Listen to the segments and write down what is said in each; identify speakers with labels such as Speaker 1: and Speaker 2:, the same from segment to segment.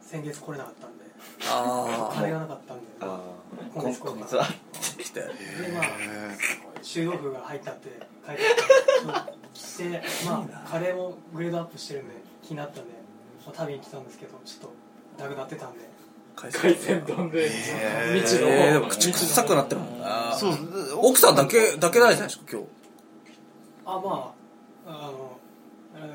Speaker 1: 先月来れなかったんで
Speaker 2: あ
Speaker 1: 金がなかったんで
Speaker 3: あ
Speaker 1: 今
Speaker 3: 今
Speaker 1: 月来
Speaker 3: 今
Speaker 1: れ
Speaker 3: 月
Speaker 1: た
Speaker 3: は
Speaker 2: あ来たよね
Speaker 1: でまあ修道府が入ったって書いてあったんでちょっと来てまあカレーもグレードアップしてるんで気になったんで、まあ、食べに来たんですけどちょっとなくなってたんで
Speaker 2: 海
Speaker 4: 海鮮丼で
Speaker 3: えー
Speaker 4: 未知の
Speaker 2: えー、でも口臭くなってるもんな
Speaker 3: そう
Speaker 2: 奥さんだけだけないじゃないですか今日
Speaker 1: あまああの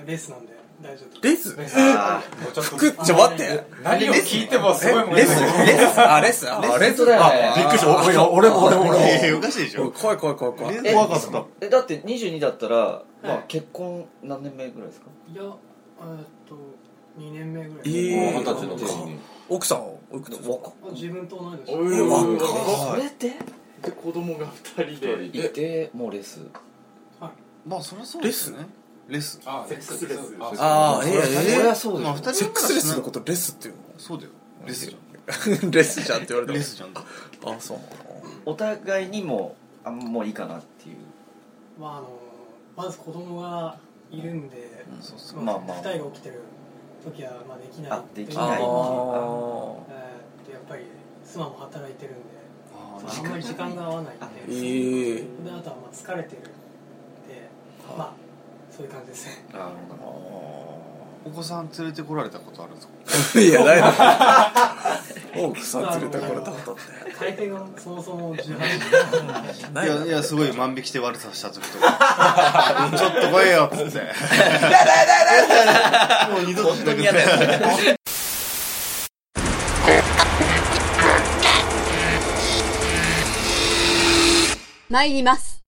Speaker 1: レースなんで大丈夫
Speaker 2: レス
Speaker 5: ね
Speaker 3: あ
Speaker 5: ちょっと
Speaker 2: 服ちょ待って
Speaker 5: 何を聞いてもす
Speaker 2: え
Speaker 5: ごいもん
Speaker 2: レスレスあレスあレス
Speaker 6: レスだよね
Speaker 2: びっくりした
Speaker 3: 俺も俺も俺も俺もおかしいでし
Speaker 2: おい
Speaker 3: ょ
Speaker 2: 怖い怖い怖い怖い
Speaker 3: え怖かった
Speaker 6: えだって22だったら、ま
Speaker 1: は
Speaker 6: あ
Speaker 1: い、
Speaker 6: 結婚何年目ぐらいですか
Speaker 1: いやえーっと2年目ぐらい
Speaker 2: えー
Speaker 1: あ
Speaker 2: 二十歳の時
Speaker 1: か
Speaker 2: 奥さんはおいくつ若
Speaker 1: 自分と同い年
Speaker 4: おい
Speaker 2: え
Speaker 4: おい
Speaker 2: 若
Speaker 6: それで
Speaker 4: で子供が2人で
Speaker 6: いてもうレス
Speaker 3: まあそりゃそうねレス
Speaker 5: あ
Speaker 4: セックスレス
Speaker 2: ああえ
Speaker 6: そ
Speaker 2: え
Speaker 6: りゃそうでし
Speaker 3: ま
Speaker 6: ょ、
Speaker 3: あ二
Speaker 2: セ
Speaker 3: 人
Speaker 2: ッ
Speaker 3: 目
Speaker 2: ク
Speaker 3: から
Speaker 2: スレス
Speaker 3: し
Speaker 2: の
Speaker 3: な
Speaker 2: ことレスっていう
Speaker 3: そうだよレスじ
Speaker 2: の レスじゃんって言わ
Speaker 3: ゃん
Speaker 2: れ
Speaker 3: レ
Speaker 2: た
Speaker 3: スじゃんだ
Speaker 2: あそうなの
Speaker 6: お互いにもあもういいかなっていう
Speaker 1: まああのまず子供がいるんで、
Speaker 6: そうそ
Speaker 1: ま
Speaker 6: ま
Speaker 1: あ
Speaker 6: あまあ
Speaker 1: 二人が起きてる時はまあできない
Speaker 6: あでき
Speaker 2: あ
Speaker 6: な
Speaker 2: あ
Speaker 6: い
Speaker 1: えーっとやっぱり妻も働いてるんで
Speaker 3: あ
Speaker 1: あんまり時間が合わないんで
Speaker 2: え
Speaker 1: で
Speaker 2: ー
Speaker 1: あとはまあ疲れてるんでまあそういう感じです ね
Speaker 6: なるほど
Speaker 3: お子さん連れてこられたことあるんです か
Speaker 2: いやないな 奥さん連れてこれたことって
Speaker 1: 回転がそもそも18
Speaker 2: い
Speaker 3: いやいやすごい万引きして悪さした時とか ちょっと来いよっつってもう二度としなくて
Speaker 7: 参ります。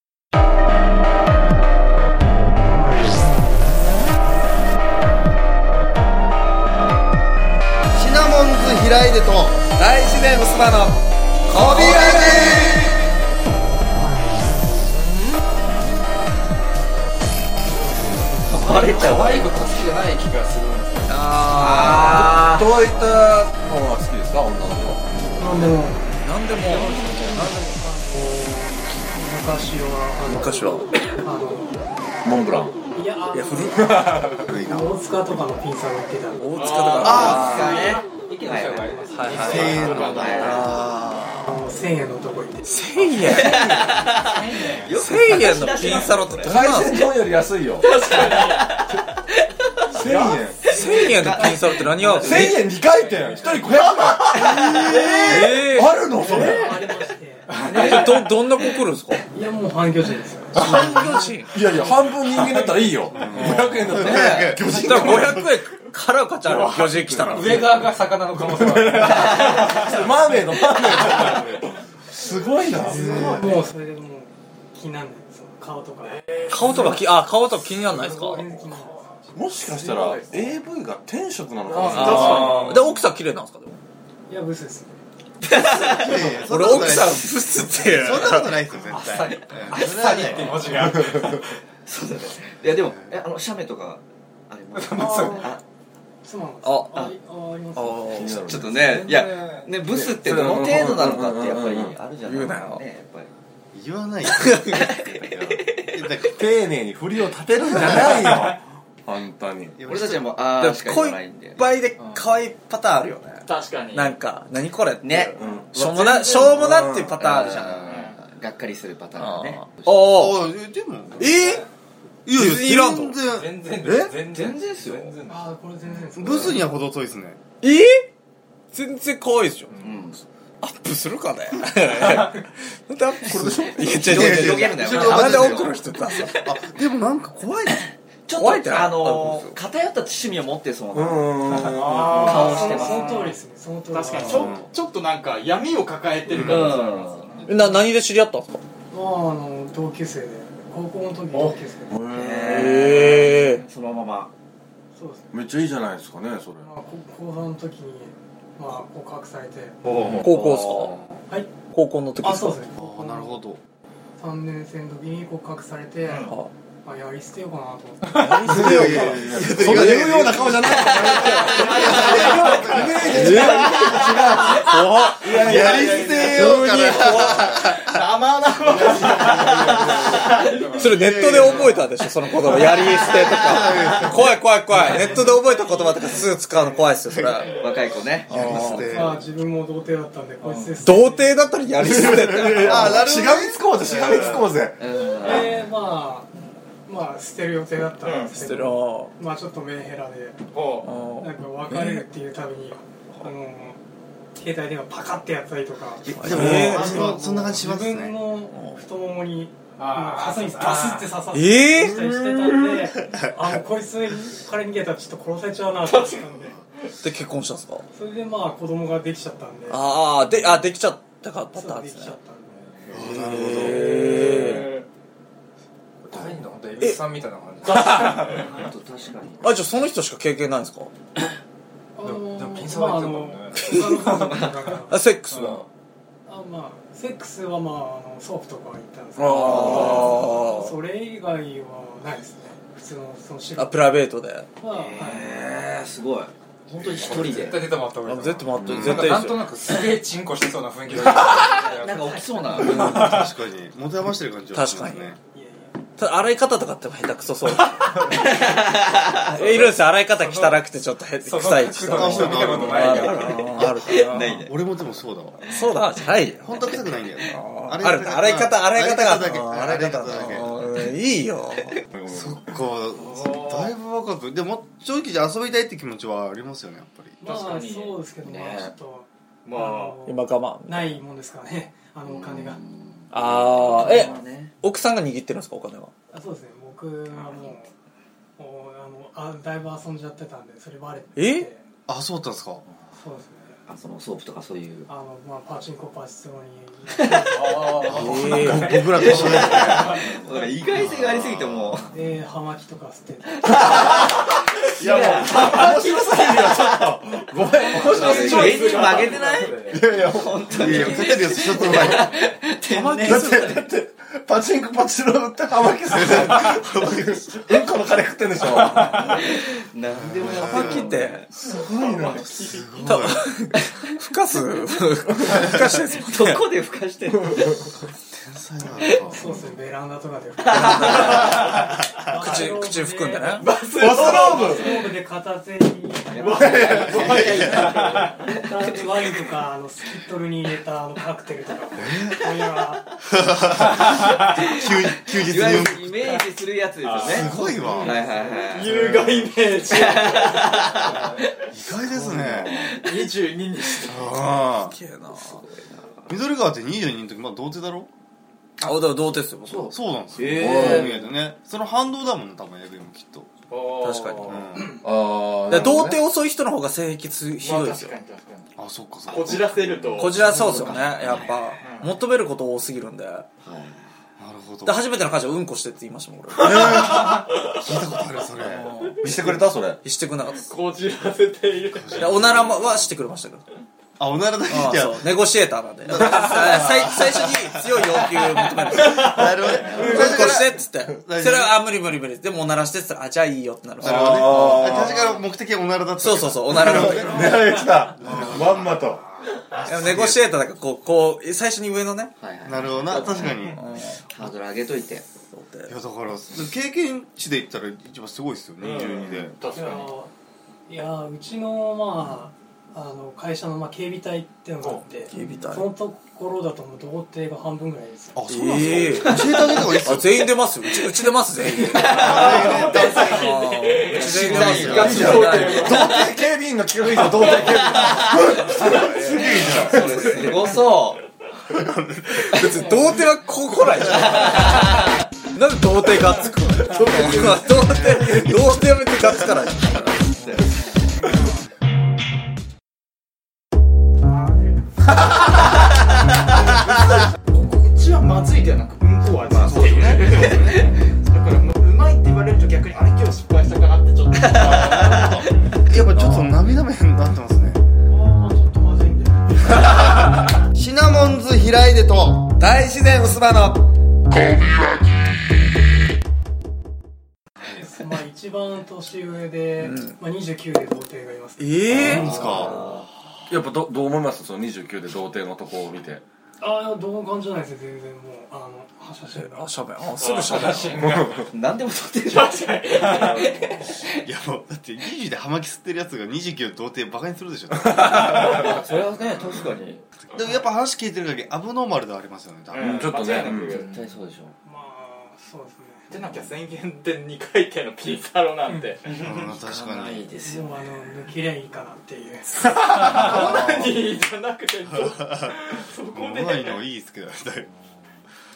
Speaker 3: シナモンズ開いでと
Speaker 2: 大自然のそばのコビ
Speaker 6: バレちゃうわ
Speaker 4: こと好きじゃない気がするんです
Speaker 2: あどういったのが好きですか女の子
Speaker 1: なんでも
Speaker 2: 何でも
Speaker 1: 昔はあの
Speaker 2: 昔は
Speaker 1: あ
Speaker 6: モンブラン
Speaker 1: のいやあ
Speaker 2: いや古い
Speaker 1: の大塚とかのピンサロ行ってたんで
Speaker 2: 大塚とかあ
Speaker 6: はいはい
Speaker 2: はい
Speaker 3: せ
Speaker 2: はい
Speaker 3: ーのだ
Speaker 1: あの1000円のとこ行って
Speaker 2: 1000円1000円のピンサロってどんな
Speaker 5: 海
Speaker 2: んす
Speaker 5: 鮮
Speaker 2: か
Speaker 5: 丼より安いよ1000円
Speaker 2: 1000円のピンサロって何がある
Speaker 5: 1000円2回転1人500円
Speaker 2: え
Speaker 5: あるのそれ
Speaker 1: ありまして
Speaker 2: ーどどんな子来るんですか
Speaker 1: いやもう半魚人ですよ
Speaker 2: 半魚人
Speaker 5: いやいや半分人間だったらいいよ500円だったら
Speaker 3: ね
Speaker 2: だから500円払う価値ある巨人来たら
Speaker 4: 上側が魚の可能性がある
Speaker 5: マーメイドマーメイドすごいな
Speaker 1: もうそれでもう気になんないその顔とか
Speaker 2: 顔とかきあ顔とか気にならないですか
Speaker 1: 全然気になんない
Speaker 8: もしかしたら AV が天職なのかもしれない
Speaker 2: あーで奥さん綺麗なんですかでも
Speaker 1: いやブスですね
Speaker 2: 俺奥さんブスって
Speaker 3: そんなことないですよ絶対あっさりって
Speaker 5: 文字が
Speaker 6: そうだねいやでもえあの写メとかあれも
Speaker 1: あ妻なんです
Speaker 2: あ
Speaker 1: あああります
Speaker 2: あー
Speaker 6: ちょちょっとねいやねブスってどの程度なのかってやっぱりあるじゃない
Speaker 2: 言うなよ
Speaker 6: ねやっぱり
Speaker 3: 言わないよ
Speaker 5: 丁寧に振りを立てるんじゃないよ
Speaker 8: 本当に
Speaker 6: 俺たちはもうあ
Speaker 2: で
Speaker 6: ー
Speaker 2: も
Speaker 6: しか言わないん
Speaker 2: 恋い
Speaker 6: で
Speaker 2: っぱいで可愛いパターンあるよね
Speaker 4: 確かに
Speaker 2: なんか何これって
Speaker 6: ね
Speaker 2: しょうもなしょうもなっていうパターンあるじゃん
Speaker 6: んがっかりするパター
Speaker 2: あ
Speaker 6: ンね
Speaker 2: ーおー
Speaker 3: あえでも
Speaker 2: えー、いやいやいらんと
Speaker 3: 全然
Speaker 4: 全然全
Speaker 6: 全然ですよ
Speaker 1: あーこれ全然です
Speaker 3: ブスには程遠いですね
Speaker 2: えー、全然可愛いでしょ
Speaker 6: うん
Speaker 2: アップするかねなんでアップするでしょいや違う違う
Speaker 6: 広
Speaker 2: 違
Speaker 6: げ
Speaker 2: う
Speaker 6: るなよ
Speaker 2: なんで奥の人出すの
Speaker 3: あでもなんか怖いな
Speaker 6: ち
Speaker 2: 怖
Speaker 6: ょ
Speaker 2: い
Speaker 6: っ
Speaker 2: って
Speaker 6: と
Speaker 2: な
Speaker 6: あ
Speaker 2: る
Speaker 6: のー偏った趣味を持ってそうな
Speaker 1: あ
Speaker 6: 顔
Speaker 1: ー
Speaker 6: してま
Speaker 1: その
Speaker 6: す
Speaker 1: 通りですねその通り
Speaker 4: 確かにちょちょっとなんか闇を抱えてる
Speaker 6: う
Speaker 4: 感じがありますよ
Speaker 6: ん
Speaker 2: な何で知り合ったんですか
Speaker 1: まああの同級生で高校の時の同級生で
Speaker 2: へえ
Speaker 6: そのまま
Speaker 1: そうですね
Speaker 8: めっちゃいいじゃないですかねそれ
Speaker 1: まあ高校の時にまあ告白されて
Speaker 2: 高校ですか
Speaker 1: はい
Speaker 2: 高校の時
Speaker 1: あ
Speaker 2: です
Speaker 1: そう
Speaker 2: か
Speaker 1: ですね
Speaker 3: ああなるほど
Speaker 1: 3年生の時に告白されて
Speaker 2: あ
Speaker 1: あやり捨てようかなと思って
Speaker 3: 捨てようか
Speaker 2: そういうような顔じゃない
Speaker 3: やり捨てようか
Speaker 2: それネットで覚えたでしょその言葉やり捨てとか怖い怖い怖いネットで覚えた言葉とかすぐ使うの怖いっすよそれ
Speaker 6: 若い子ね
Speaker 3: なやり捨て
Speaker 1: まあ自分も童貞だったんでこいつです
Speaker 2: 童貞だったらやり捨てって
Speaker 3: あなるほど
Speaker 8: しがみつこうぜしがみつこうぜ
Speaker 1: でまあまあ捨てる予定だったんですけど、
Speaker 2: あ
Speaker 1: まあちょっとメンヘラで
Speaker 2: あー
Speaker 1: なんか別れるっていうたびに、あの携帯電話パカってやったりとか
Speaker 3: えでも、
Speaker 2: え
Speaker 3: あのそんな感じします
Speaker 1: 自分
Speaker 3: ね
Speaker 1: の太ももに
Speaker 4: あー
Speaker 1: ハサミバスって刺さって
Speaker 2: え
Speaker 1: したりしてたんで、あもうこいつから逃げたらちょっと殺されちゃうなと思ってたんで
Speaker 2: で結婚したんですか
Speaker 1: それでまあ子供ができちゃったんで
Speaker 2: ああであできちゃったかパ
Speaker 1: そ
Speaker 2: ター
Speaker 1: う
Speaker 2: ン
Speaker 1: で
Speaker 2: で
Speaker 1: き
Speaker 2: す
Speaker 1: ちゃ
Speaker 2: ね
Speaker 1: ったんで。
Speaker 3: なるほど
Speaker 2: え
Speaker 4: 大の本当エビさんみたいな感じ
Speaker 6: あと確かに
Speaker 2: ーあじゃあその人しか経験ないんですか
Speaker 1: あ
Speaker 4: でも
Speaker 1: の
Speaker 4: でもピンサ
Speaker 1: ま
Speaker 4: ロ
Speaker 1: ああ
Speaker 4: 入
Speaker 1: の
Speaker 4: っ
Speaker 1: 他の方もなん か
Speaker 2: あセックスは
Speaker 1: あまあセックスはまああのソープとかは行ったんですけ
Speaker 2: あ
Speaker 1: どそれ以外はないですね普通のその仕
Speaker 2: ーあ
Speaker 1: 事
Speaker 2: プライベートで
Speaker 1: は、はい
Speaker 6: えー、すごい本当に一人
Speaker 4: 絶
Speaker 6: で
Speaker 4: 対出たもあった方がい
Speaker 2: あ
Speaker 4: いと思う
Speaker 2: 絶対待って
Speaker 4: な
Speaker 2: 絶対
Speaker 4: んか
Speaker 2: いい
Speaker 4: な
Speaker 2: っ
Speaker 4: ん
Speaker 2: す
Speaker 4: と
Speaker 2: よ
Speaker 4: なくすげえチンコしてそうな雰囲気だ
Speaker 6: なんか起きそうな
Speaker 3: 確かに持て余してる感じはしますね
Speaker 1: いやいや
Speaker 2: ただ洗い方とかって下手くそそうですえいるんですよ洗い方汚くてちょっとへ
Speaker 4: その
Speaker 2: 臭い人
Speaker 4: 角度の人見たことないから
Speaker 2: あるか
Speaker 6: ないね
Speaker 3: 俺もでもそうだわ
Speaker 2: らそうだじゃないよ
Speaker 3: 本当は臭くないんだよね
Speaker 2: あるんだ洗い方洗い方が
Speaker 3: 洗い方だ
Speaker 2: 洗い
Speaker 3: け洗い
Speaker 2: 方
Speaker 3: 方だけ
Speaker 2: だけいいよ
Speaker 3: そっかだいぶ若くでも正直遊びたいって気持ちはありますよねやっぱり
Speaker 1: まあ
Speaker 6: 確かに
Speaker 1: そうですけど、ま
Speaker 6: ね
Speaker 1: あちょっと
Speaker 4: ま
Speaker 1: の
Speaker 2: 今我慢
Speaker 1: ないもんですからね あのお金が
Speaker 2: ああえ
Speaker 6: まあね
Speaker 2: 奥さんが握ってるんですかお金は
Speaker 1: あそうですね僕はもうもうあのあだいぶ遊んじゃってたんでそれバレて
Speaker 2: え
Speaker 3: あそうだったんですか
Speaker 1: そうですね
Speaker 6: あそのソープとかそういう
Speaker 1: あのまあパチンコパチスロに
Speaker 2: ええ
Speaker 3: 僕らと一緒ですね
Speaker 6: 俺意外性がありすぎても
Speaker 1: で葉巻とか捨てて
Speaker 6: ういやも
Speaker 2: ごめん
Speaker 6: う芸人負けて ない
Speaker 3: いやいや勝てるやつちょっと前だってだってパチンコパチンコってハマキする
Speaker 8: うんこのカレー食ってんでしょ
Speaker 6: なんでもや
Speaker 2: パキって
Speaker 3: すごい
Speaker 2: 多分ふかすふかしてです
Speaker 6: ど
Speaker 2: もんね
Speaker 6: こでふかしてる
Speaker 3: 天才だな
Speaker 1: そうですねベランダとかで
Speaker 2: 口口含んでね
Speaker 8: バスロー
Speaker 1: ストーブで片手にワインとかあのスキットルに入れたあのカクテルとかそういうのが
Speaker 3: 休日
Speaker 6: いわゆ
Speaker 3: に
Speaker 6: るイメージするやつですよね
Speaker 3: すごいわ
Speaker 6: はいはいはい
Speaker 4: 優雅イメージ
Speaker 3: 意外ですね
Speaker 4: 22にして
Speaker 3: あ
Speaker 2: きれいな
Speaker 3: あ緑川って22の時まだ童貞だろ
Speaker 2: あだから童貞っすよ僕
Speaker 3: そうなんですよ
Speaker 6: えー
Speaker 3: こう見えてねその反動だもんね多分役もきっと
Speaker 2: 確かに
Speaker 3: うん
Speaker 8: あ
Speaker 2: だから童貞遅い人の方が性癖つひどいですよ
Speaker 3: あそっかそっか
Speaker 4: こじらせると
Speaker 2: こちらそうですよねやっぱ求めること多すぎるんで
Speaker 3: なるほど
Speaker 2: で
Speaker 3: 聞い
Speaker 2: 初めての彼女はうんこしてって言いましたもん俺
Speaker 3: たことあるそれ
Speaker 8: 見してくれたそれ
Speaker 2: してくれなかったです
Speaker 4: こじらせている
Speaker 2: でおならもはしてくれましたけど
Speaker 3: あおならだけ
Speaker 2: ああ
Speaker 3: じゃ
Speaker 2: そうネゴシエーターなんでだから最最初に強い要求求めるんですよ
Speaker 3: なるほどね
Speaker 2: うん
Speaker 3: 最
Speaker 2: こ
Speaker 3: 初か
Speaker 2: し
Speaker 3: ら
Speaker 2: てっつってそれはあ無理無理無理でもおならしてっつったらあじゃあいいよってなる
Speaker 3: なるほどね最初から目的はおならだった
Speaker 2: そうそうそうおならの時
Speaker 8: 狙い来たまんまと
Speaker 2: でもネゴシエーターだからこうこう最初に上のね
Speaker 6: はいはい
Speaker 3: なるほどな確かにいや
Speaker 6: ハードル上げといて
Speaker 3: だから経験値で言ったら一番すごいですよね22で
Speaker 4: 確かに
Speaker 1: いやーうちのまああの会社のまあ警備隊っていうのがあって
Speaker 2: 警備隊
Speaker 1: そのところだともう童貞が半分ぐらいですよ
Speaker 3: あそうなんです
Speaker 2: ええ
Speaker 3: か教えてあげた方がいいっす
Speaker 2: あ
Speaker 3: よ
Speaker 2: 全員出ますようちうち出ます 全員うち全員出ますよ
Speaker 6: ガチ童貞
Speaker 8: 童貞警備員の企画以上童貞警備
Speaker 6: それすごそう
Speaker 2: 別に童貞はこ来ないじゃ んなんで童貞がっつくの童貞童貞やめてがっつかないじゃん
Speaker 4: うちはまずいではなくうんこはまあそうですねだからもううまいって言われると逆にあれ今日失敗したかなってちょっと
Speaker 3: やっぱちょっと涙目になってますね
Speaker 1: ああちょっとまずいんだよ
Speaker 3: シナモンズ開いでと
Speaker 2: 大自然薄葉の
Speaker 1: 一番年上で、まあ、29で童貞がいます
Speaker 2: ええ
Speaker 8: ですかやっぱどどう思いますその29で童貞のとこを見て
Speaker 1: ああ同感じゃないですよ全然もうあの写真
Speaker 2: あ、しゃべん。あ、すぐしゃべん。
Speaker 6: 何でも撮 ってるじゃん
Speaker 3: いやもうだって20で葉巻吸ってるやつが29の童貞バカにするでしょ
Speaker 6: それはね確かに
Speaker 3: でもやっぱ話聞いてる限りアブノーマルではありますよね多分、
Speaker 8: うんちょっとね
Speaker 4: 間違いなく
Speaker 8: うん
Speaker 6: 絶対そうでしょ
Speaker 1: まあそうですね
Speaker 4: でなきゃ宣言点2回転のピンサロなんて
Speaker 3: うん確か
Speaker 6: ない
Speaker 3: に
Speaker 6: で
Speaker 1: で
Speaker 6: すよ
Speaker 1: もあの抜けりゃいいかなっていう
Speaker 4: オナニーじゃなくてどそこで
Speaker 3: ないのいいですけどね だいぶ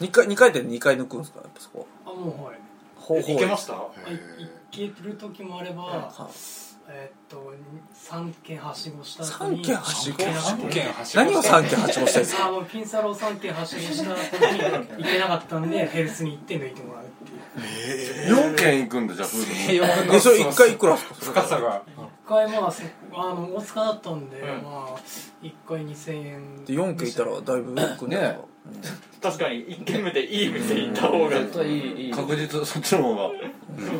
Speaker 2: 二回、二回で二回抜くんですかやっぱそこは。
Speaker 1: あもうはい
Speaker 2: 方
Speaker 4: いけました
Speaker 1: あいいける時もあればえーっと3件はしごした後
Speaker 2: 三
Speaker 1: に
Speaker 2: 軒はしご
Speaker 1: 3軒
Speaker 2: 何を三軒はし ごしたいんですか
Speaker 1: あのピンサロ3件はしごした後に行けなかったんでヘルスに行って抜いてもらうっていう
Speaker 8: 4軒行くんだじゃあ夫婦に
Speaker 2: え、それ一回いくらです
Speaker 5: 深
Speaker 2: か
Speaker 5: さが
Speaker 1: 一回まあせあの大塚だったんで、
Speaker 4: ん
Speaker 1: まあ一回2000円
Speaker 2: で、4軒いたらだいぶ行くんじゃないですか
Speaker 4: 確かに1軒目でいい店行った方が
Speaker 6: 絶対いいいい
Speaker 8: 確実そっちの方が
Speaker 1: そう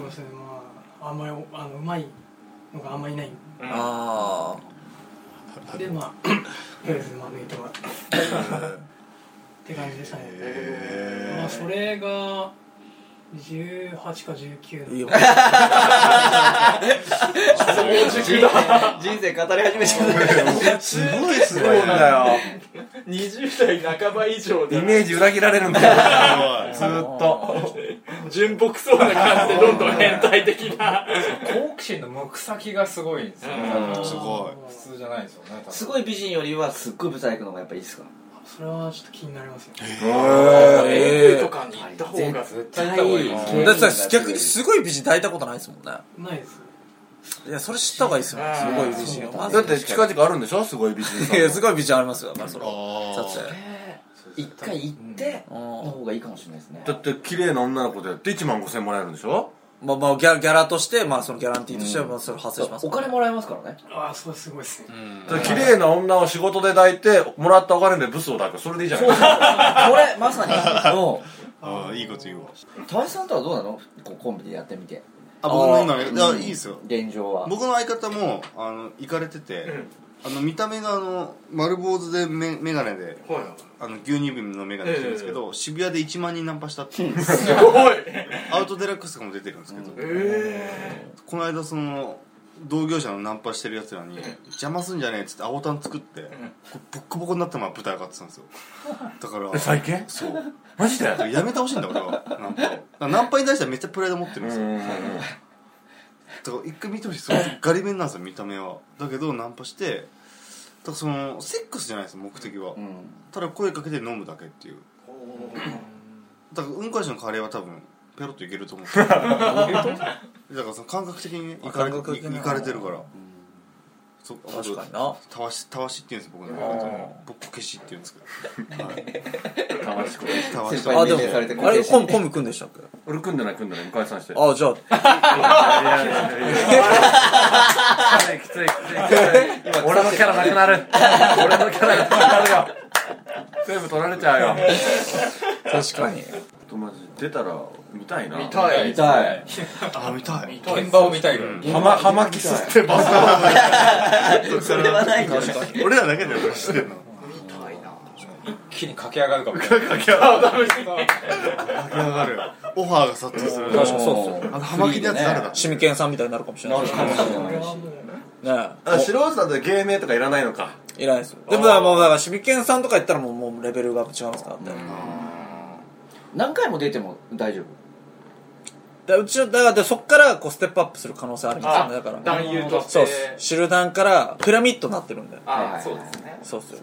Speaker 1: ですねまああんまりおあのうまいのがあんまりいないん
Speaker 2: あ
Speaker 1: で まあとりあえずまあ抜いてもらってって感じでしたね、まあ、それが18か
Speaker 2: あ。いい
Speaker 1: 19
Speaker 2: よ
Speaker 1: の。
Speaker 6: 人生語り始めちゃう
Speaker 3: すごいすごいな
Speaker 8: だよ
Speaker 4: 20代半ば以上で
Speaker 8: イメージ裏切られるん だよ
Speaker 3: すごいずっ
Speaker 4: 純朴そうな感じでどんどん変態的な
Speaker 5: 好奇心の向く先がすごいんですよね
Speaker 3: すご
Speaker 5: 普通じゃないですよね多分
Speaker 6: すごい美人よりはすっごいブサイクの方がやっぱいいですか
Speaker 1: それはちょっと気になりますよね
Speaker 4: エ
Speaker 2: え
Speaker 4: とかに行った方が
Speaker 5: 絶対行った方がいい
Speaker 6: 絶対
Speaker 2: え。だってさ、逆にすごい美人抱いたことないですもんね。
Speaker 1: ないです
Speaker 2: いや、それ知った方がいいですよ。すごい美人は。
Speaker 8: だって近々あるんでしょすごい美人さん
Speaker 2: いや、すごい美人ありますよ。まあ、その、
Speaker 3: あ
Speaker 2: 撮影。
Speaker 6: 一回行って
Speaker 2: う
Speaker 6: の
Speaker 2: ん
Speaker 6: 方がいいかもしれないですね
Speaker 8: だって綺麗な女の子でやって1万5千もらえるんでしょ
Speaker 2: まあまあギャギャラとして、まあそのギャランティーとしては、まあそれ発生します
Speaker 6: お。金もらえますからね
Speaker 1: ああそれすごいですね、
Speaker 8: だから綺麗な女を仕事で抱いてもらったお金でブスを抱くそれでいいじゃないですか
Speaker 6: これまさにの
Speaker 3: あーいいこと言うわ
Speaker 6: 河合さんとはどうなのこうコンビでやってみて
Speaker 3: あ僕の方ならいやいいですよ
Speaker 6: 現状は
Speaker 3: 僕の相方もあの行かれてて、あの見た目があの丸坊主でめ眼鏡であの牛乳瓶の眼鏡してるんですけど、渋谷で1万人ナンパしたって いう
Speaker 4: すごい
Speaker 3: アウトデラックスとかも出てるんですけど、この間その同業者のナンパしてるやつらに「邪魔すんじゃねえ」っつって青タン作って、こうボッコボコになったまま舞台上がってたんですよだから
Speaker 8: え最近
Speaker 3: そう
Speaker 8: マジで
Speaker 3: だからやめてほしいんだ俺はナンパをだからナンパに対してはめっちゃプライド持ってるんですよだから一回見てほしいそのガリ弁なんですよ見た目はだけどナンパしてだからそのセックスじゃないです目的は、
Speaker 6: うん
Speaker 3: ただ声かけて飲むだけっていうだからうんこ味のカレーは多分ペロッといけると思うんですよだからその感覚的にねいかれ
Speaker 2: 感覚的ない
Speaker 3: かれてるから、そ
Speaker 2: 確かにな。
Speaker 3: たわしたわしって言うんですよ僕のこと僕消しって言うんですけど、はい、
Speaker 8: たましく
Speaker 3: たわし
Speaker 6: 先輩
Speaker 2: あ、
Speaker 6: に
Speaker 2: でも
Speaker 6: 命令されて、
Speaker 2: あれ、コンビ、コンビ組んでしたっけ
Speaker 8: 俺組んでない組んでない向井さんして
Speaker 2: あ、じゃあ、
Speaker 8: いや いやきついきついきつい俺のキャラなくな る俺のキャラなくなるよ全部取られちゃうよ
Speaker 2: 確かに。
Speaker 8: マジ出たら見たいな見
Speaker 5: たい
Speaker 6: 見たい
Speaker 3: あ見たい
Speaker 5: 現場を見たいぐらい
Speaker 8: はまはまき吸ってバス
Speaker 6: それはないんじゃない
Speaker 3: 俺らだけだよこれ知ってんの
Speaker 5: 一気に駆け上がるかも
Speaker 3: 上がるオファーが殺到する
Speaker 2: 確かにそうですよ。
Speaker 3: あの葉巻のやつ誰だっ
Speaker 2: シミケンさんみたいになるかもしれないですね
Speaker 1: これはもう
Speaker 8: あ素人さんって芸名とかいらないのか
Speaker 2: え。いらないですよ。でも、だからもう、だから、シミケンさんとか言ったらもう、もうレベルが違いますからね。
Speaker 6: 何回も出ても大丈夫
Speaker 2: でうちの、だからで、そっから、こう、ステップアップする可能性ありますよね。だから。
Speaker 4: 男優として
Speaker 2: そうっす。手榴弾から、ピラミッドになってるんだよ。
Speaker 4: あそうですね
Speaker 2: そうっすよ。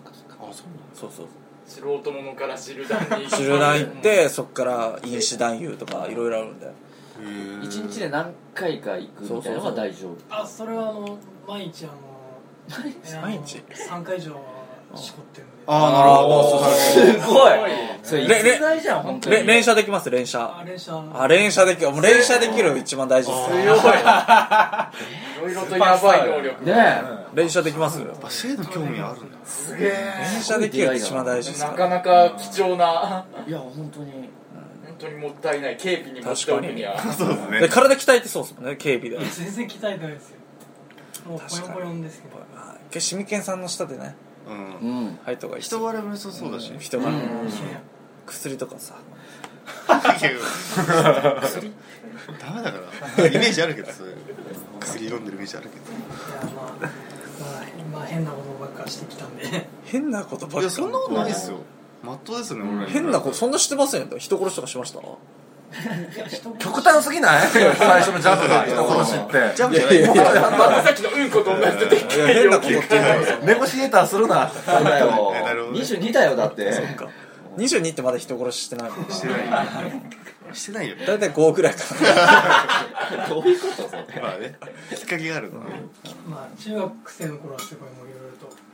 Speaker 2: そうそうそう。
Speaker 4: 素人者から汁団に
Speaker 2: 手榴弾行って、そっから、飲酒男優とか、いろいろあるんだよ。
Speaker 6: 一日で何回か行くみたいなのが大丈夫
Speaker 1: あそれはあの毎日あの
Speaker 2: 毎日
Speaker 1: 3回以上はしこってるんであ
Speaker 3: ああなるほど
Speaker 2: あーもうそう
Speaker 6: すごいそれ
Speaker 2: れれ
Speaker 6: 逸材じゃん本当
Speaker 2: れ
Speaker 6: に
Speaker 2: 連射できます、連射。
Speaker 1: 連射の
Speaker 2: あ、連射できる。もう連射できる一番大事ですね。
Speaker 4: いろいろとやばい能力
Speaker 6: ね
Speaker 2: 連射できます
Speaker 3: あ性の興味あるんだ
Speaker 2: 連射できる一番大事です
Speaker 4: な
Speaker 2: から。
Speaker 4: かなか貴重な
Speaker 6: えいや本当に
Speaker 4: な本当にもったいない警備に持ってお くには
Speaker 3: そうですね
Speaker 2: で体鍛えてそうですもんね警備で
Speaker 1: 全然鍛えてないですよもうポ
Speaker 2: 確
Speaker 1: ヨ
Speaker 2: かに
Speaker 1: ポヨンですけど
Speaker 2: まあ一回シミケンさんの下でね
Speaker 3: うん
Speaker 6: うん
Speaker 2: 入った方がいい
Speaker 3: 人柄も良さそうだし
Speaker 2: 人柄も
Speaker 1: いやいや
Speaker 2: 薬とかさ
Speaker 3: 薬ダメだからイメージあるけどそういう薬飲んでるイメージあるけど
Speaker 1: まあまあまあ変なことばっかしてきたんで
Speaker 2: 変なことばっ
Speaker 3: い
Speaker 2: か
Speaker 3: やそんなことないですよまっとうですよね俺らに
Speaker 2: 変なことそんなしてませんよ人殺しとかしました
Speaker 8: 極端すぎない最初のジャブが人殺しって
Speaker 3: ジャンプじゃないよ
Speaker 4: またさっきのうんこと同じで
Speaker 2: いや変なことって言うのよ
Speaker 8: ネゴシエーターするな
Speaker 6: そうだよ
Speaker 3: なるほどね
Speaker 6: 22だよだって
Speaker 2: か22ってまだ人殺ししてないもん
Speaker 3: してないよしてないよ
Speaker 2: 大体5ぐらいかな
Speaker 6: どういうことそれ
Speaker 3: まあねきっかけがあるのね
Speaker 1: まあ中学生の頃はすごいも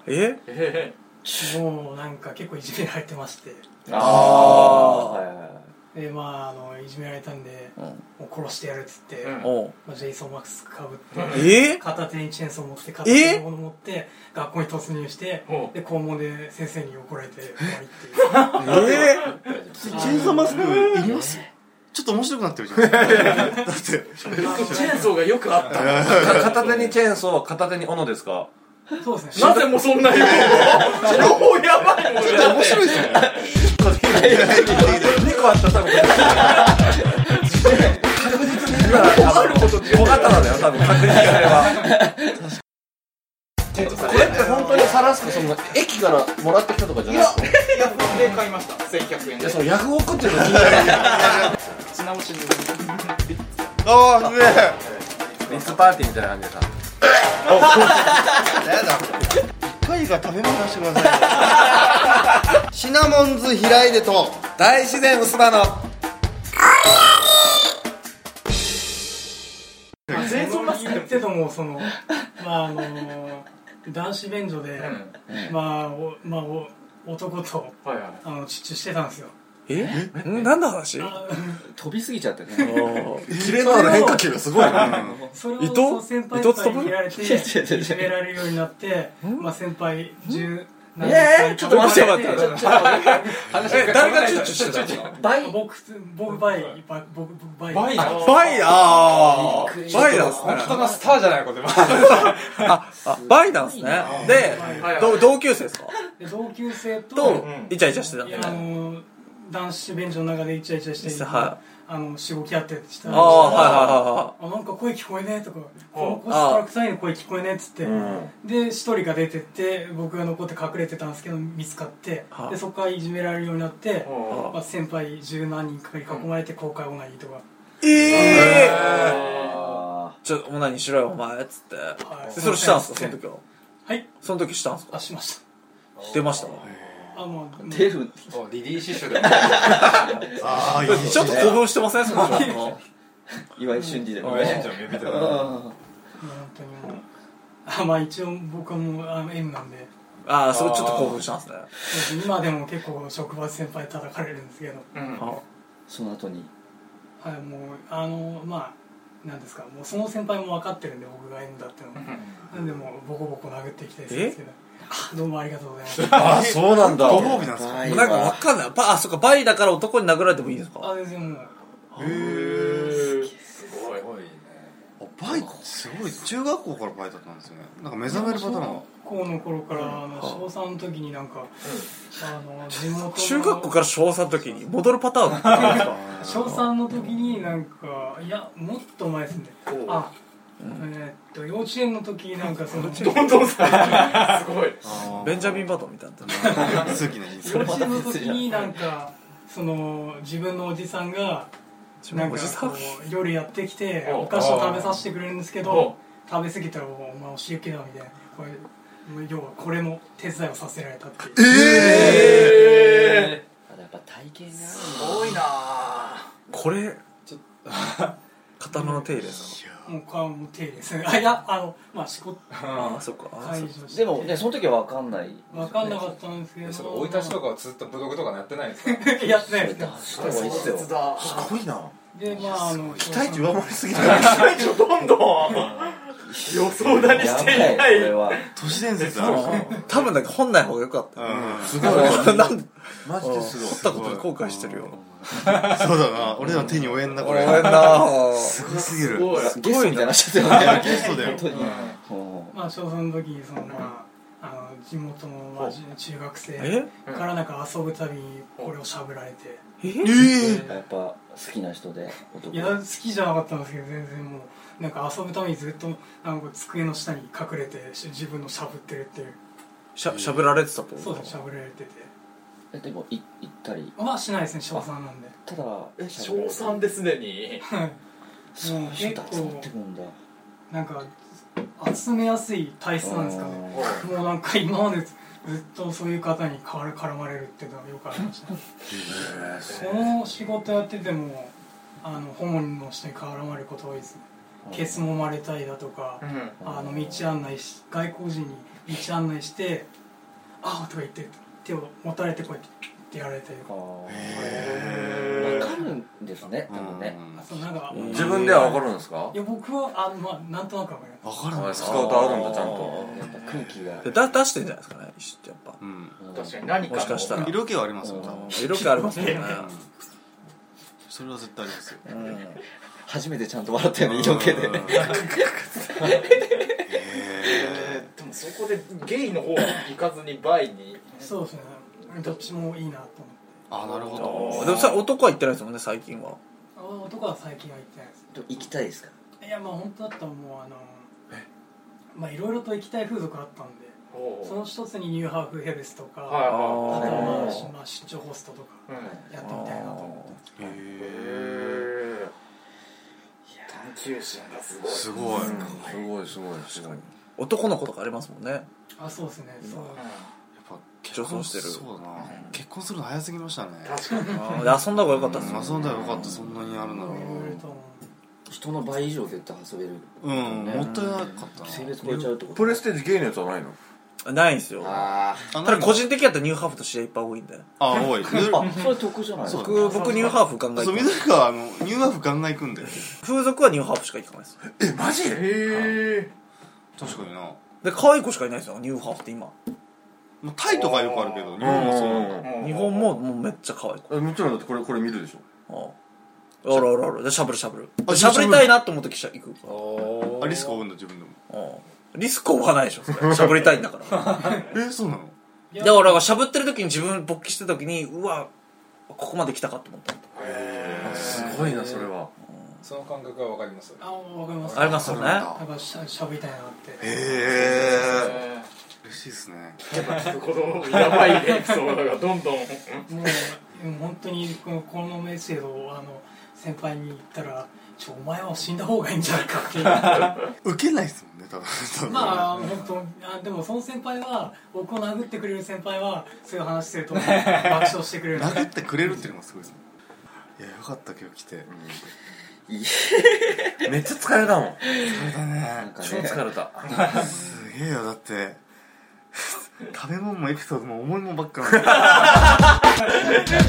Speaker 1: ういろい
Speaker 2: え
Speaker 1: ろともうなんか結構いじめられてまして
Speaker 6: ああ
Speaker 1: でまああのいじめられたんで、
Speaker 2: ん
Speaker 1: もう殺してやるっつって、
Speaker 4: うん
Speaker 2: おう
Speaker 1: まあ、ジェイソン・マックスかぶって
Speaker 2: え
Speaker 1: 片手にチェーンソー持って片手に物持って学校に突入して
Speaker 4: お
Speaker 1: で校門で先生に怒られて終わりって
Speaker 2: え
Speaker 3: チェーンソーマスクいりますちょっと面白くなってるじゃんだって
Speaker 4: チェーンソーがよくあった
Speaker 8: 片手にチェーンソー片手に斧ですか
Speaker 1: いうそうですね
Speaker 4: なぜもそんなよ 両方やばいもんね
Speaker 3: 面白いですよね
Speaker 8: 2個あった多分
Speaker 4: あることで
Speaker 8: 小刀だよ多分確認あれは
Speaker 6: これって本当にサラスコその駅からもらってきたとかじゃないの
Speaker 4: ヤフーで買いました1100円で
Speaker 6: そのヤフオクっていうの聞いた
Speaker 4: ち直しに
Speaker 3: ああね
Speaker 8: リッツパーティーみたいな感じでさ
Speaker 3: えやだ一回が食べ物出してくださいシナモンズ開いでと
Speaker 2: 大自然薄葉の
Speaker 1: ジェイソン・マスクってともそのまああの男子便所で、まあおまあお男と
Speaker 4: はいはい
Speaker 1: あのチュッチュしてたんですよ
Speaker 2: えん何の話
Speaker 1: あ
Speaker 6: 飛びすぎちゃってね
Speaker 3: キレのある変化球がすごいね
Speaker 1: それを
Speaker 2: 伊藤
Speaker 1: その先輩とかにやられて
Speaker 6: 伊藤勤
Speaker 1: いじめられるようになってまあ先輩10何
Speaker 6: えーちょっと待って
Speaker 1: 輩と
Speaker 6: ちょっと待
Speaker 2: え誰がチュッチュしてたの
Speaker 6: 倍
Speaker 1: 僕僕バイバ僕僕バイ
Speaker 5: バイだ
Speaker 2: バイあーバイダンスね
Speaker 5: 本当のスターじゃないこれは
Speaker 2: ああバイダンスねで
Speaker 4: はい
Speaker 2: ど同級生ですか
Speaker 1: で同級生と
Speaker 2: とイチャイチャしてた
Speaker 1: い
Speaker 2: み
Speaker 1: や
Speaker 2: た
Speaker 1: あ
Speaker 2: いな
Speaker 1: の男子便所の中でイチャイチャして
Speaker 2: は
Speaker 1: あのしごき合ってした
Speaker 2: ああ
Speaker 1: あなんか声聞こえねえとかこの子ストラクサイの声聞こえねえっつってで一人が出てって僕が残って隠れてたんですけど見つかって
Speaker 2: はあ
Speaker 1: でそこからいじめられるようになって
Speaker 2: はいはい
Speaker 1: ま
Speaker 2: は
Speaker 1: あ、先輩十何人かに囲まれて公開オナニーとか、
Speaker 2: いええ
Speaker 6: あ
Speaker 2: ちょっとオナニーしろよお前っつって
Speaker 1: はい
Speaker 2: でそれしたんすかその時は
Speaker 1: はい
Speaker 2: その時したんすか
Speaker 1: あしまし
Speaker 2: 出ました
Speaker 1: たあもう
Speaker 6: ー出る
Speaker 5: リリー・シッシュで
Speaker 3: ああいい
Speaker 2: ちょっと興奮してませんその時は
Speaker 6: 岩井俊二でも
Speaker 5: 親父ちゃん見てたから
Speaker 1: もう本当にもうあまあ一応僕はもうあの M なんで
Speaker 2: ああそれちょっと興奮したんすね
Speaker 1: そうです今でも結構職場で先輩叩かれるんですけど
Speaker 2: あ
Speaker 6: その後に
Speaker 1: はいもうあのまあなんですかもうその先輩も分かってるんで僕が M だってのもなんでもうボコボコ殴ってきてですけどあどうもありがとうござい ます
Speaker 8: あそうなんだ
Speaker 3: ご褒美なんですか
Speaker 6: バイ
Speaker 2: なんかわ
Speaker 6: は
Speaker 2: かんないバあそっかバイだから男に殴られてもいいんですか
Speaker 1: あ全然もう
Speaker 4: すごい
Speaker 3: あバイすごい中学校からバイトだったんですよねなんか目覚めるパターンが
Speaker 1: 高校の頃からあの小3の時になんか、あの地元の
Speaker 2: 中学校から小3の時に戻るパターンなんです
Speaker 1: 小
Speaker 2: か
Speaker 1: 3の時になんかいやもっと前ですねあえーっと幼稚園の時なんかその幼
Speaker 4: どんどんさすごい
Speaker 2: ベンジャミン・バトンみたいな
Speaker 3: 好きな人生
Speaker 1: 稚園の時になんかその自分のおじさんがなん
Speaker 2: お
Speaker 1: か
Speaker 2: じさ
Speaker 1: こ
Speaker 2: ん
Speaker 1: う夜やってきて
Speaker 4: お
Speaker 1: お菓子を食べさせてくれるんですけ
Speaker 4: お
Speaker 1: ど食べ過ぎたらお前お仕受けだみたいなこれもう要はこれの手伝いをさせられたっていう
Speaker 4: ええ
Speaker 6: やっぱ体型が
Speaker 4: 多いなあ
Speaker 2: これ刀の手入れですか
Speaker 1: もう顔も手入れですねあい やあのまあしこ
Speaker 2: ああそっかあ
Speaker 1: 解
Speaker 2: そ
Speaker 1: 除
Speaker 2: う
Speaker 1: して
Speaker 6: でもねその時は分かんない
Speaker 1: 分かんなかったんですけど
Speaker 5: その生い立ちとかはずっとブログとかやってないんですか
Speaker 1: いやってないです
Speaker 6: 出した方がいいっすよ
Speaker 4: だ
Speaker 8: すごいな
Speaker 1: でまああの
Speaker 3: 期待値上回りすぎた
Speaker 4: どんどん予想だにして
Speaker 6: や
Speaker 4: い
Speaker 6: ば
Speaker 4: ない
Speaker 6: こ
Speaker 4: い
Speaker 6: れは
Speaker 3: 都市伝説ある
Speaker 2: 多分なんか本来の方が良かった。
Speaker 3: うん
Speaker 5: すごい
Speaker 2: なんで、
Speaker 5: マジですごい
Speaker 2: 掘ったことに後悔してるよ。
Speaker 3: そうだな俺らの手に負えんなこ
Speaker 2: ごめ
Speaker 3: れ
Speaker 2: んな
Speaker 3: すごすぎる
Speaker 6: ゲストみたいになっちゃったよね
Speaker 3: ゲストだよ
Speaker 6: 本当に
Speaker 1: まあ小3の時にそのまああの地元のまあ中学生
Speaker 2: え
Speaker 1: からなんか遊ぶたびにこれをしゃぶられて
Speaker 6: やっぱ好きな人で男
Speaker 1: いや好きじゃなかったんですけど全然もうなんか遊ぶためにずっとなんか机の下に隠れてし自分のしゃぶってるっていう
Speaker 2: しゃ、しゃぶられてたって
Speaker 1: そ
Speaker 2: こ
Speaker 1: うで
Speaker 2: と
Speaker 1: すしゃぶられてて
Speaker 6: えでもい行ったり
Speaker 1: まあしないですね小3なんで
Speaker 6: ただ
Speaker 4: え小三ですでに
Speaker 6: そういう人って集まってくんだ
Speaker 1: なんか集めやすい体質なんですかねもうなんか今までずっとそういう方に絡絡まれるっていうのはよくありましたねその仕事やっててもあのホモの人に絡まれること多いですねケツ揉まれたりだとか、あの道案内し外国人に道案内して「ああ」とか言って手を持たれてこうやってピッてやられたりと
Speaker 6: あ
Speaker 1: か
Speaker 6: ーわかるんですねでもね
Speaker 1: あとなんか
Speaker 8: 自分では分かるんですか
Speaker 1: いや僕はあのまあなんとなくわかります
Speaker 3: 分かるんで
Speaker 8: お前
Speaker 3: す
Speaker 8: ス
Speaker 3: か
Speaker 8: カウトあるんだちゃんと
Speaker 6: やっぱ空気が
Speaker 2: でだ出してんじゃないですかね、石ってやっぱ。
Speaker 3: うん
Speaker 4: 確かに何かの
Speaker 2: もしかしたら
Speaker 3: 色気はありますよ多分
Speaker 2: 色気ありますよね。
Speaker 3: それは絶対ありますよ
Speaker 6: うん初めてちゃんと笑ったよね色気で
Speaker 3: うん
Speaker 4: えーでもそこでゲイの方は行かずにバイに
Speaker 1: そうですねどっちもいいなと
Speaker 3: あなるほど
Speaker 2: でもさ、男は言ってないですもんね、最近
Speaker 1: 思
Speaker 2: は。
Speaker 1: ってあ男は最近は行ってないです
Speaker 6: 行きたいですか
Speaker 1: いやまあ本当だったらもうあのまあいろいろと行きたい風俗あったんでその一つにニューハーフヘルスとか、
Speaker 4: はい
Speaker 1: あ
Speaker 4: は
Speaker 1: とは
Speaker 6: あー
Speaker 1: まあ出張ホストとか
Speaker 4: いうん
Speaker 1: やってみたいなと思って
Speaker 3: へえ
Speaker 4: へー探求心がすごい
Speaker 3: すごい
Speaker 8: うんすごいすごいすごい
Speaker 2: 男の子とかありますもんね。
Speaker 1: あそうですねそう
Speaker 3: やっぱ結婚してるそうだな結婚するの早すぎましたね
Speaker 4: 確かに
Speaker 2: あーで遊んだ方が良かったです
Speaker 3: う
Speaker 2: よ
Speaker 3: ん遊んだらよかったそんなにあるなら
Speaker 1: いろいろと思う
Speaker 6: 人の倍以上絶対遊べる
Speaker 3: うんもったいなかったな
Speaker 6: 性別超えちゃうってこと
Speaker 8: プレステージゲイのやつはないの
Speaker 2: ないんですよ。
Speaker 6: あ
Speaker 2: た
Speaker 3: あ
Speaker 2: だ個人的やったらニューハーフと試合いっぱい多いんで。
Speaker 3: あ多 い
Speaker 6: ーあそれ得じゃない
Speaker 3: そう
Speaker 2: 僕、僕ニューハーフ考え
Speaker 3: そう
Speaker 2: てま
Speaker 3: 緑
Speaker 2: す。
Speaker 3: 川あのニューハーフガンガン行くんだよ
Speaker 2: 風俗はニューハーフしか行かないです。
Speaker 8: えマジ
Speaker 4: へ
Speaker 3: 確かにな
Speaker 2: で、可愛い子しかいないですよ、ニューハーフって今。
Speaker 3: まあタイとかよくあるけど日本もそうなんだ
Speaker 8: ん
Speaker 4: え
Speaker 2: 日本ももうめっちゃ可愛い
Speaker 8: えもちろんだってこれこれ見るでしょ
Speaker 2: 子。ああらあらあら。で、しゃぶるしゃぶる。
Speaker 3: あ
Speaker 2: しゃぶりたいなと思って来た行く。
Speaker 3: あリスク負うんだ自分でも
Speaker 2: うんリスクを負わないでしょ、それ。しゃぶりたいんだから。
Speaker 3: えそうなの
Speaker 2: だから、しゃぶってる時に自分勃起してた時に、うわ、ここまで来たかと思った。
Speaker 8: すごいなそれは
Speaker 5: その感覚はわかります
Speaker 1: あわかります
Speaker 2: ありますよね。
Speaker 1: だからしゃしゃぶりたいなって
Speaker 3: へえ嬉しいですね
Speaker 4: このやばいエピソードがどんどん
Speaker 1: もううん本当にこのこのメッセージをあの先輩に言ったら「ちょお前は死んだ方がいいんじゃないか」っていう
Speaker 3: 受けないですもんね多分
Speaker 1: まあ本当あでもその先輩は僕を殴ってくれる先輩はそういう話してると爆笑してくれる
Speaker 3: 殴ってくれるっていうのがすごいですねいやよかった今日来て
Speaker 8: めっちゃ疲れたもん
Speaker 6: なんか
Speaker 8: 超
Speaker 6: ね
Speaker 8: 疲れた
Speaker 3: すげえよだって食べ物もエピソードも重いもんばっかなんだ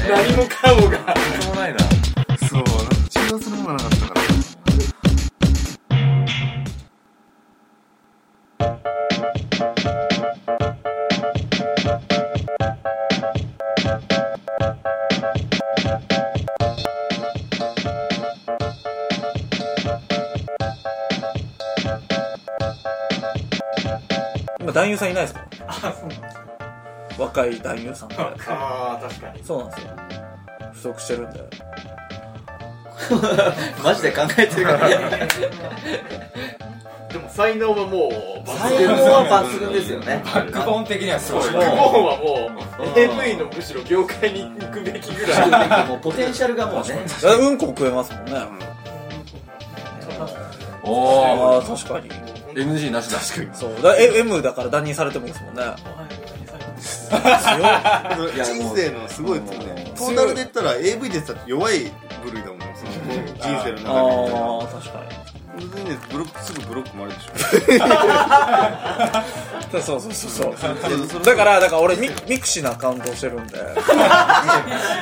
Speaker 4: 何もかもが
Speaker 8: とんでもないな
Speaker 3: そうなんか中断するものがなかったから
Speaker 2: 今、男優さんいないですか
Speaker 1: あそうなんです
Speaker 2: 若い男優さんで。
Speaker 4: あー確かに
Speaker 2: そうなんですよ。不足してるんで。
Speaker 6: マジで考えてるから
Speaker 4: でも才能はもう抜
Speaker 6: 最高は抜群ですよ ね
Speaker 5: バックボーン的にはすごい
Speaker 4: 群本はもう AV のむしろ業界に行くべきぐ らい
Speaker 6: もうポテンシャルがもうね
Speaker 2: うんこも食えますもんね。
Speaker 8: お
Speaker 2: あ
Speaker 8: お
Speaker 2: あ、確かに。
Speaker 8: NG なしだ 確か
Speaker 2: そう。だえ M だから断認されてもいいですもんね。
Speaker 1: 뭐
Speaker 3: 人生のすごいですねトータルで言ったら AV でさ弱い部類だもんその人生の中
Speaker 2: ああ、確かに。
Speaker 3: で全然ブロックすぐブロックもあ るでし
Speaker 2: そうそうそうそう。
Speaker 3: ょ
Speaker 2: だから、だから俺ミ、ミクシーのアカウントをしてるんで。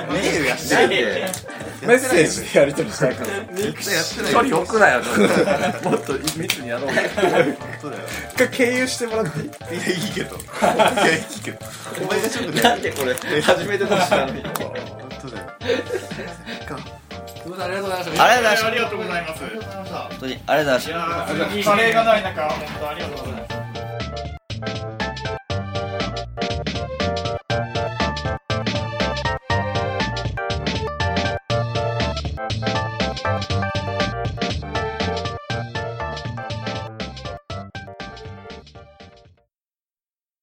Speaker 3: 見えるやし
Speaker 6: なんで
Speaker 2: メッセージでやり取りしたいから
Speaker 8: 距離置くなよもっと密にやろう
Speaker 2: 一回経由してもらっていい
Speaker 3: いや、いいけど。いや、いいけど。お前がちょっと
Speaker 6: なんでこれ初めてのしたのに
Speaker 3: 本当だよ。
Speaker 8: ありがとうございました
Speaker 6: ありがとうございました
Speaker 9: ありがとうございます。
Speaker 6: 本当にありがとうございました
Speaker 9: いやー、カレーがない中、本当ありがとうございます。